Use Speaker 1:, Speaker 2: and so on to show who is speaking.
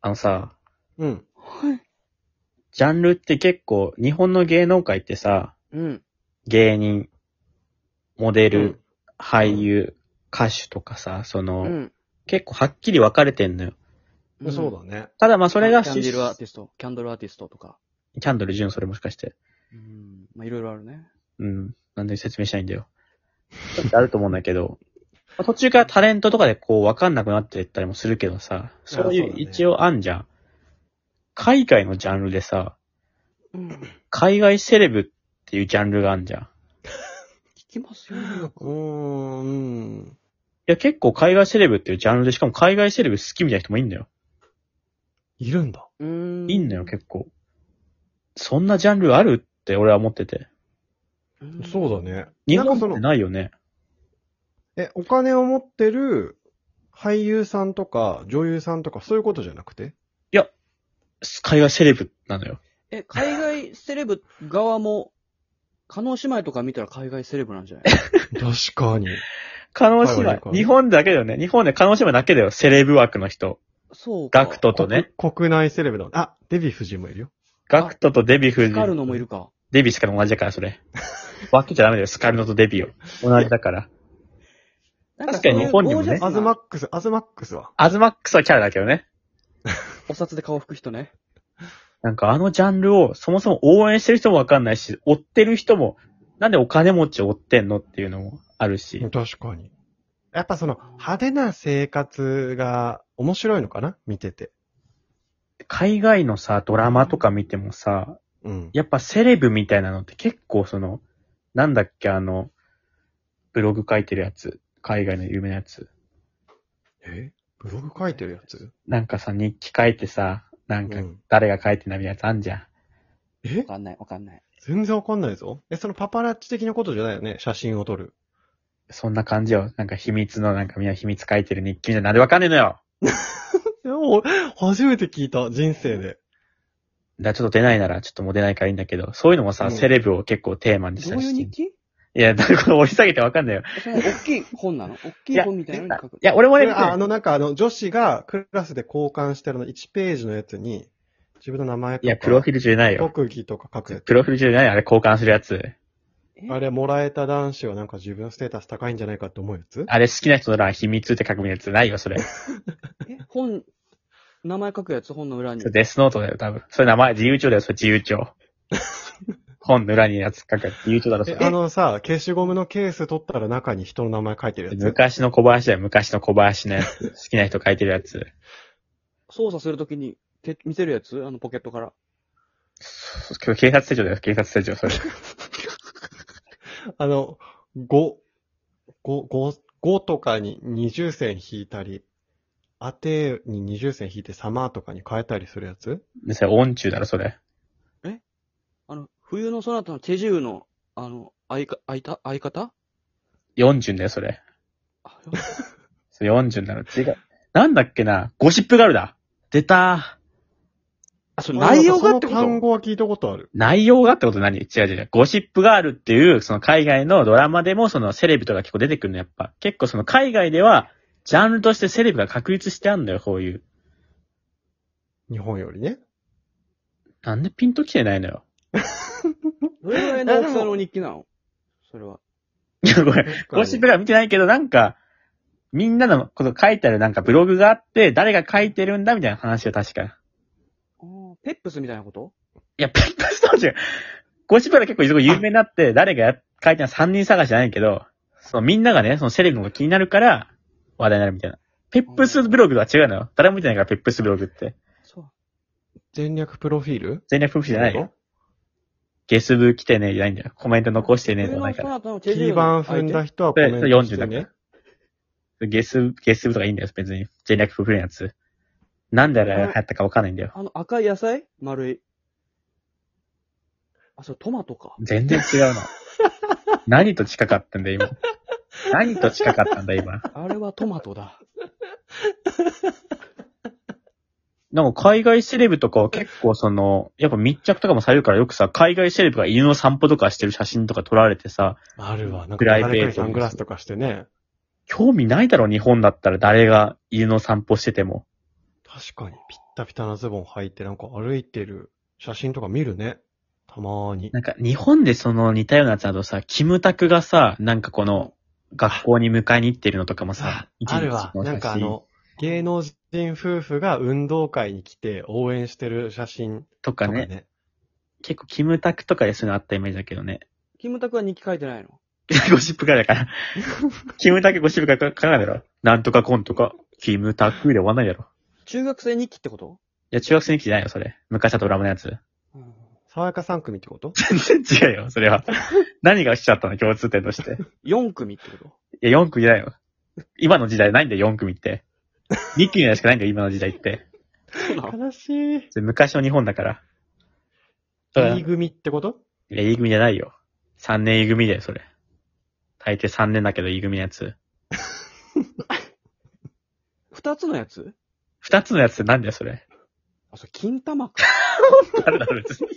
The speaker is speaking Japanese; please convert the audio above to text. Speaker 1: あのさ、
Speaker 2: うん。
Speaker 3: はい。
Speaker 1: ジャンルって結構、日本の芸能界ってさ、
Speaker 2: うん。
Speaker 1: 芸人、モデル、
Speaker 2: うん
Speaker 1: 俳優、歌手とかさ、その、
Speaker 3: うん。
Speaker 1: 結構はっきり分かれてんのよ。
Speaker 2: そうだね。
Speaker 1: ただまあそれが
Speaker 3: キャンデルアーティスト、キャンドルアーティストとか。
Speaker 1: キャンドル・ジュン、それもしかして。
Speaker 3: うん。まあ、いろいろあるね。
Speaker 1: うん。なんで説明しないん だよ。ちょっとあると思うんだけど、まあ途中からタレントとかでこう分かんなくなってったりもするけどさ、そうい
Speaker 2: そう
Speaker 1: う
Speaker 2: だね
Speaker 1: 一応あんじゃん。海外のジャンルでさ、
Speaker 3: うん。聞
Speaker 1: 海外セレブっていうジャンルがあんじゃん。
Speaker 3: きますよ。
Speaker 2: うーん。
Speaker 1: いや、結構海外セレブっていうジャンルで、しかも海外セレブ好きみたいな人もいんだよ。
Speaker 2: いるんだ。
Speaker 3: うん。
Speaker 1: いんだよ、結構。そんなジャンルあるって俺は思ってて。
Speaker 3: うん
Speaker 2: そうだね。
Speaker 1: 日
Speaker 2: なん
Speaker 1: 本
Speaker 2: かそ
Speaker 1: っ
Speaker 2: の
Speaker 1: てないよね。
Speaker 2: え、お金を持ってる俳優さんとか女優さんとかそういうことじゃなくて
Speaker 1: 海外セレブなのよ。
Speaker 3: え、海外セレブ側も、加納姉妹とか見たら海外セレブなん じゃない
Speaker 2: 確かに。
Speaker 1: カノ
Speaker 2: はい
Speaker 1: 姉
Speaker 2: はいは
Speaker 1: 妹。
Speaker 2: い
Speaker 1: 日本だけだよね。日本でカノ姉妹だけだよ。セレブ枠の人。
Speaker 3: そうか。
Speaker 1: ガクトとね。
Speaker 2: 国。国内セレブだ。あ、デヴィ夫人もいるよ。
Speaker 1: ガクトとデビフ
Speaker 3: スカルノもいるか。
Speaker 1: デビスから同じだから、そ れ。分けちゃダメだよ。スカルノとデビを。同じだから。確かに日本にもね
Speaker 3: なん
Speaker 2: ア
Speaker 3: かそ
Speaker 2: ズ
Speaker 3: ういうゴ
Speaker 2: マ
Speaker 3: ー
Speaker 2: ックス、アズマックスは。
Speaker 1: アズマックスはキャラだけどね。
Speaker 3: ジャスなお札で顔拭く人ね。
Speaker 1: なんかあのジャンルをそもそも応援してる人もわかんないし、追ってる人も、なんでお金持ちを追ってんのっていうのもあるし。
Speaker 2: 確かに。やっぱその派手な生活が面白いのかな見てて。
Speaker 1: 海外のさ、ドラマとか見てもさ、
Speaker 2: うん。
Speaker 1: やっぱセレブみたいなのって結構その、なんだっけ、あの、ブログ書いてるやつ。海外の有名なやつ。
Speaker 2: えブログ書いてるやつ
Speaker 1: なんかさ、日記書いてさ、なんか
Speaker 2: うん
Speaker 1: 誰が書いてないみたいなやつあんじゃん。
Speaker 2: え
Speaker 3: わかんない、わかんない。
Speaker 2: 全然わかんないぞ。え、そのパパラッチ的なことじゃないよね写真を撮る。
Speaker 1: そんな感じよ。なんか秘密の、なんかみんな秘密書いてる日記みたいな。なんでわかんねえのよ
Speaker 2: いやもう、初めて聞いた、人生で。
Speaker 1: だからちょっと出ないなら、ちょっともう出ないからいいんだけど、そういうのもさ、
Speaker 2: うん
Speaker 1: セレブを結構テーマにし
Speaker 3: ど
Speaker 1: たり
Speaker 3: ういう
Speaker 1: して。
Speaker 3: 日記
Speaker 1: いや、だからこれ掘り下げてわかんないよ。
Speaker 3: それ大きい本なの大きい本みたいなのに書く。
Speaker 1: いや、俺もね、
Speaker 2: ああの、なんかあの、女子がクラスで交換してるの1ページのやつに、自分の名前とか。
Speaker 1: いや、プロフィール中じゃないよ。
Speaker 2: 特技とか書くやつ。
Speaker 1: プロフィール中じゃないあれ交換するやつ。
Speaker 3: え
Speaker 2: あれ、もらえた男子はなんか自分のステータス高いんじゃないかって思うやつ
Speaker 1: あれ好きな人の欄秘密って書くやつないよ、それ。ち
Speaker 3: え本、名前書くやつ本の裏に
Speaker 1: ょ。デスノートだよ、多分。それ名前、自由帳だよ、それ自由 帳。本の裏にやつ書くやつ自由帳だろ、そ
Speaker 2: え
Speaker 1: れ。
Speaker 2: あのさ、消しゴムのケース取ったら中に人の名前書いてるやつ。
Speaker 1: 昔の小林だよ、昔の小林のやつ。好きな人書いてるやつ。
Speaker 3: 操作するときに、て、見せるやつあのポケットから。
Speaker 1: そう警察手帳だよ、警察手帳、それ。
Speaker 2: あの、5、5、5、5とかに20線引いたり、当てに20線引いてサマーとかに変えたりするやつ
Speaker 1: で、それ音中だろ、それ。
Speaker 3: あの、冬のソナタのチェジュウの、あの、相か、相た、相方
Speaker 1: 40だよ、それ。
Speaker 3: あ
Speaker 1: それ40だろ、違う。なんだっけな、ゴシップガールだ。出たー。
Speaker 3: あ、それ内容がってこ
Speaker 2: その単
Speaker 3: と
Speaker 2: 語は聞いたことある。
Speaker 1: 内容がってこと何違う違う違う。ゴシップガールっていう、その海外のドラマでもそのセレブとか結構出てくるの、やっぱ。結構その海外では、ジャンルとしてセレブが確立してあるんだよ、こういう。
Speaker 2: 日本よりね。
Speaker 1: なんでピンときてないのよ。
Speaker 3: どれぐらいの大きさの日記なのそれは。
Speaker 1: いや、これ、 ゴシップガール見てないけど、なんか、みんなのこと書いてあるなんかブログがあって、誰が書いてるんだみたいな話を確か。い
Speaker 3: あーペップスみたいなこと
Speaker 1: や、ピンとスト違う。ゴシップガール結構すごい有名になって、誰がや書いてるの3人探しじゃないけど、そのみんながね、そのセレブのこと気になるから、話題になるみたいな。ペップスブログは違うのよ。誰も見てないから、ペップスブログって。
Speaker 3: そう。
Speaker 2: 全略プロフィール
Speaker 1: 全略プロフィールじゃないよ。ゲスブ来てねえじゃないんだよ。コメント残してねえ
Speaker 3: 冬
Speaker 1: じゃない
Speaker 3: の
Speaker 1: か
Speaker 3: ソ
Speaker 1: ら。
Speaker 3: ナタのチェジュ
Speaker 2: T
Speaker 3: ウの
Speaker 2: 番
Speaker 3: 相
Speaker 2: 踏ん
Speaker 3: 手
Speaker 2: だ人は
Speaker 1: そ
Speaker 2: コ
Speaker 1: れ
Speaker 2: メ
Speaker 1: そ
Speaker 2: ン
Speaker 1: れ
Speaker 2: ト
Speaker 1: 40
Speaker 2: して
Speaker 1: だか
Speaker 2: ね
Speaker 1: ら。。ゲス、ゲスブとかいいんだよ、別に。全略プロフィールのやつ。なんであれ流行ったかわかんないんだよ。
Speaker 3: あの赤い野菜丸い。あ、それトマトか。
Speaker 1: 全然違うな。何と近かったんだよ、今。何と近かったんだ、今。
Speaker 3: あれはトマトだ。
Speaker 1: なんか海外セレブとかは結構その、やっぱ密着とかもされるからよくさ、海外セレブが犬の散歩とかしてる写真とか撮られてさ、
Speaker 2: あるわ。なん
Speaker 1: プ
Speaker 2: か、
Speaker 1: ライ
Speaker 2: 誰
Speaker 1: ベート
Speaker 2: か
Speaker 1: です
Speaker 2: にサングラスとかしてね。
Speaker 1: 興味ないだろ、日本だったら誰が犬の散歩してても。
Speaker 2: 確かに、ピッタピタなズボン履いて、なんか歩いてる写真とか見るね。たまーに。
Speaker 1: なんか、日本でその似たようなやつだとさ、キムタクがさ、なんかこの、学校に迎えに行ってるのとかもさ、一日
Speaker 2: あるわ。
Speaker 1: の写真
Speaker 2: なんかあの、芸能人夫婦が運動会に来て応援してる写真
Speaker 1: と
Speaker 2: と
Speaker 1: か
Speaker 2: か
Speaker 1: ね、
Speaker 2: ね。
Speaker 1: 結構キムタクとかでそういうのあったイメージだけどね。
Speaker 3: キムタクは日記書いてないの
Speaker 1: ゴシップ会だから。キムタクゴシップ会か書かないだろ。なんとかコンとか、キムタクで終わんないだろ。
Speaker 3: 中学生日記ってこと
Speaker 1: いや、中学生日記じゃないよ、それ。昔あとラムのやつ。
Speaker 3: うん
Speaker 2: 爽やか3組ってこと
Speaker 1: 全然違うよ、それは。何が起きちゃったの、共通点として。
Speaker 3: 4組ってこと
Speaker 1: いや、4組だよ。今の時代ないんだよ、4組って。2組のやつしかないんだよ、今の時代って。
Speaker 3: そうなの
Speaker 2: 悲しい。
Speaker 1: それ昔の日本だから。だから
Speaker 2: B 組ってこと
Speaker 1: いや、E 組じゃないよ。3年 E 組だよ、それ。大抵3年だけど E 組のやつ。
Speaker 3: 二つのやつ
Speaker 1: 2つのやつってなんだよ、それ。
Speaker 3: あ、それ、金玉か。
Speaker 1: 誰だろう、別に。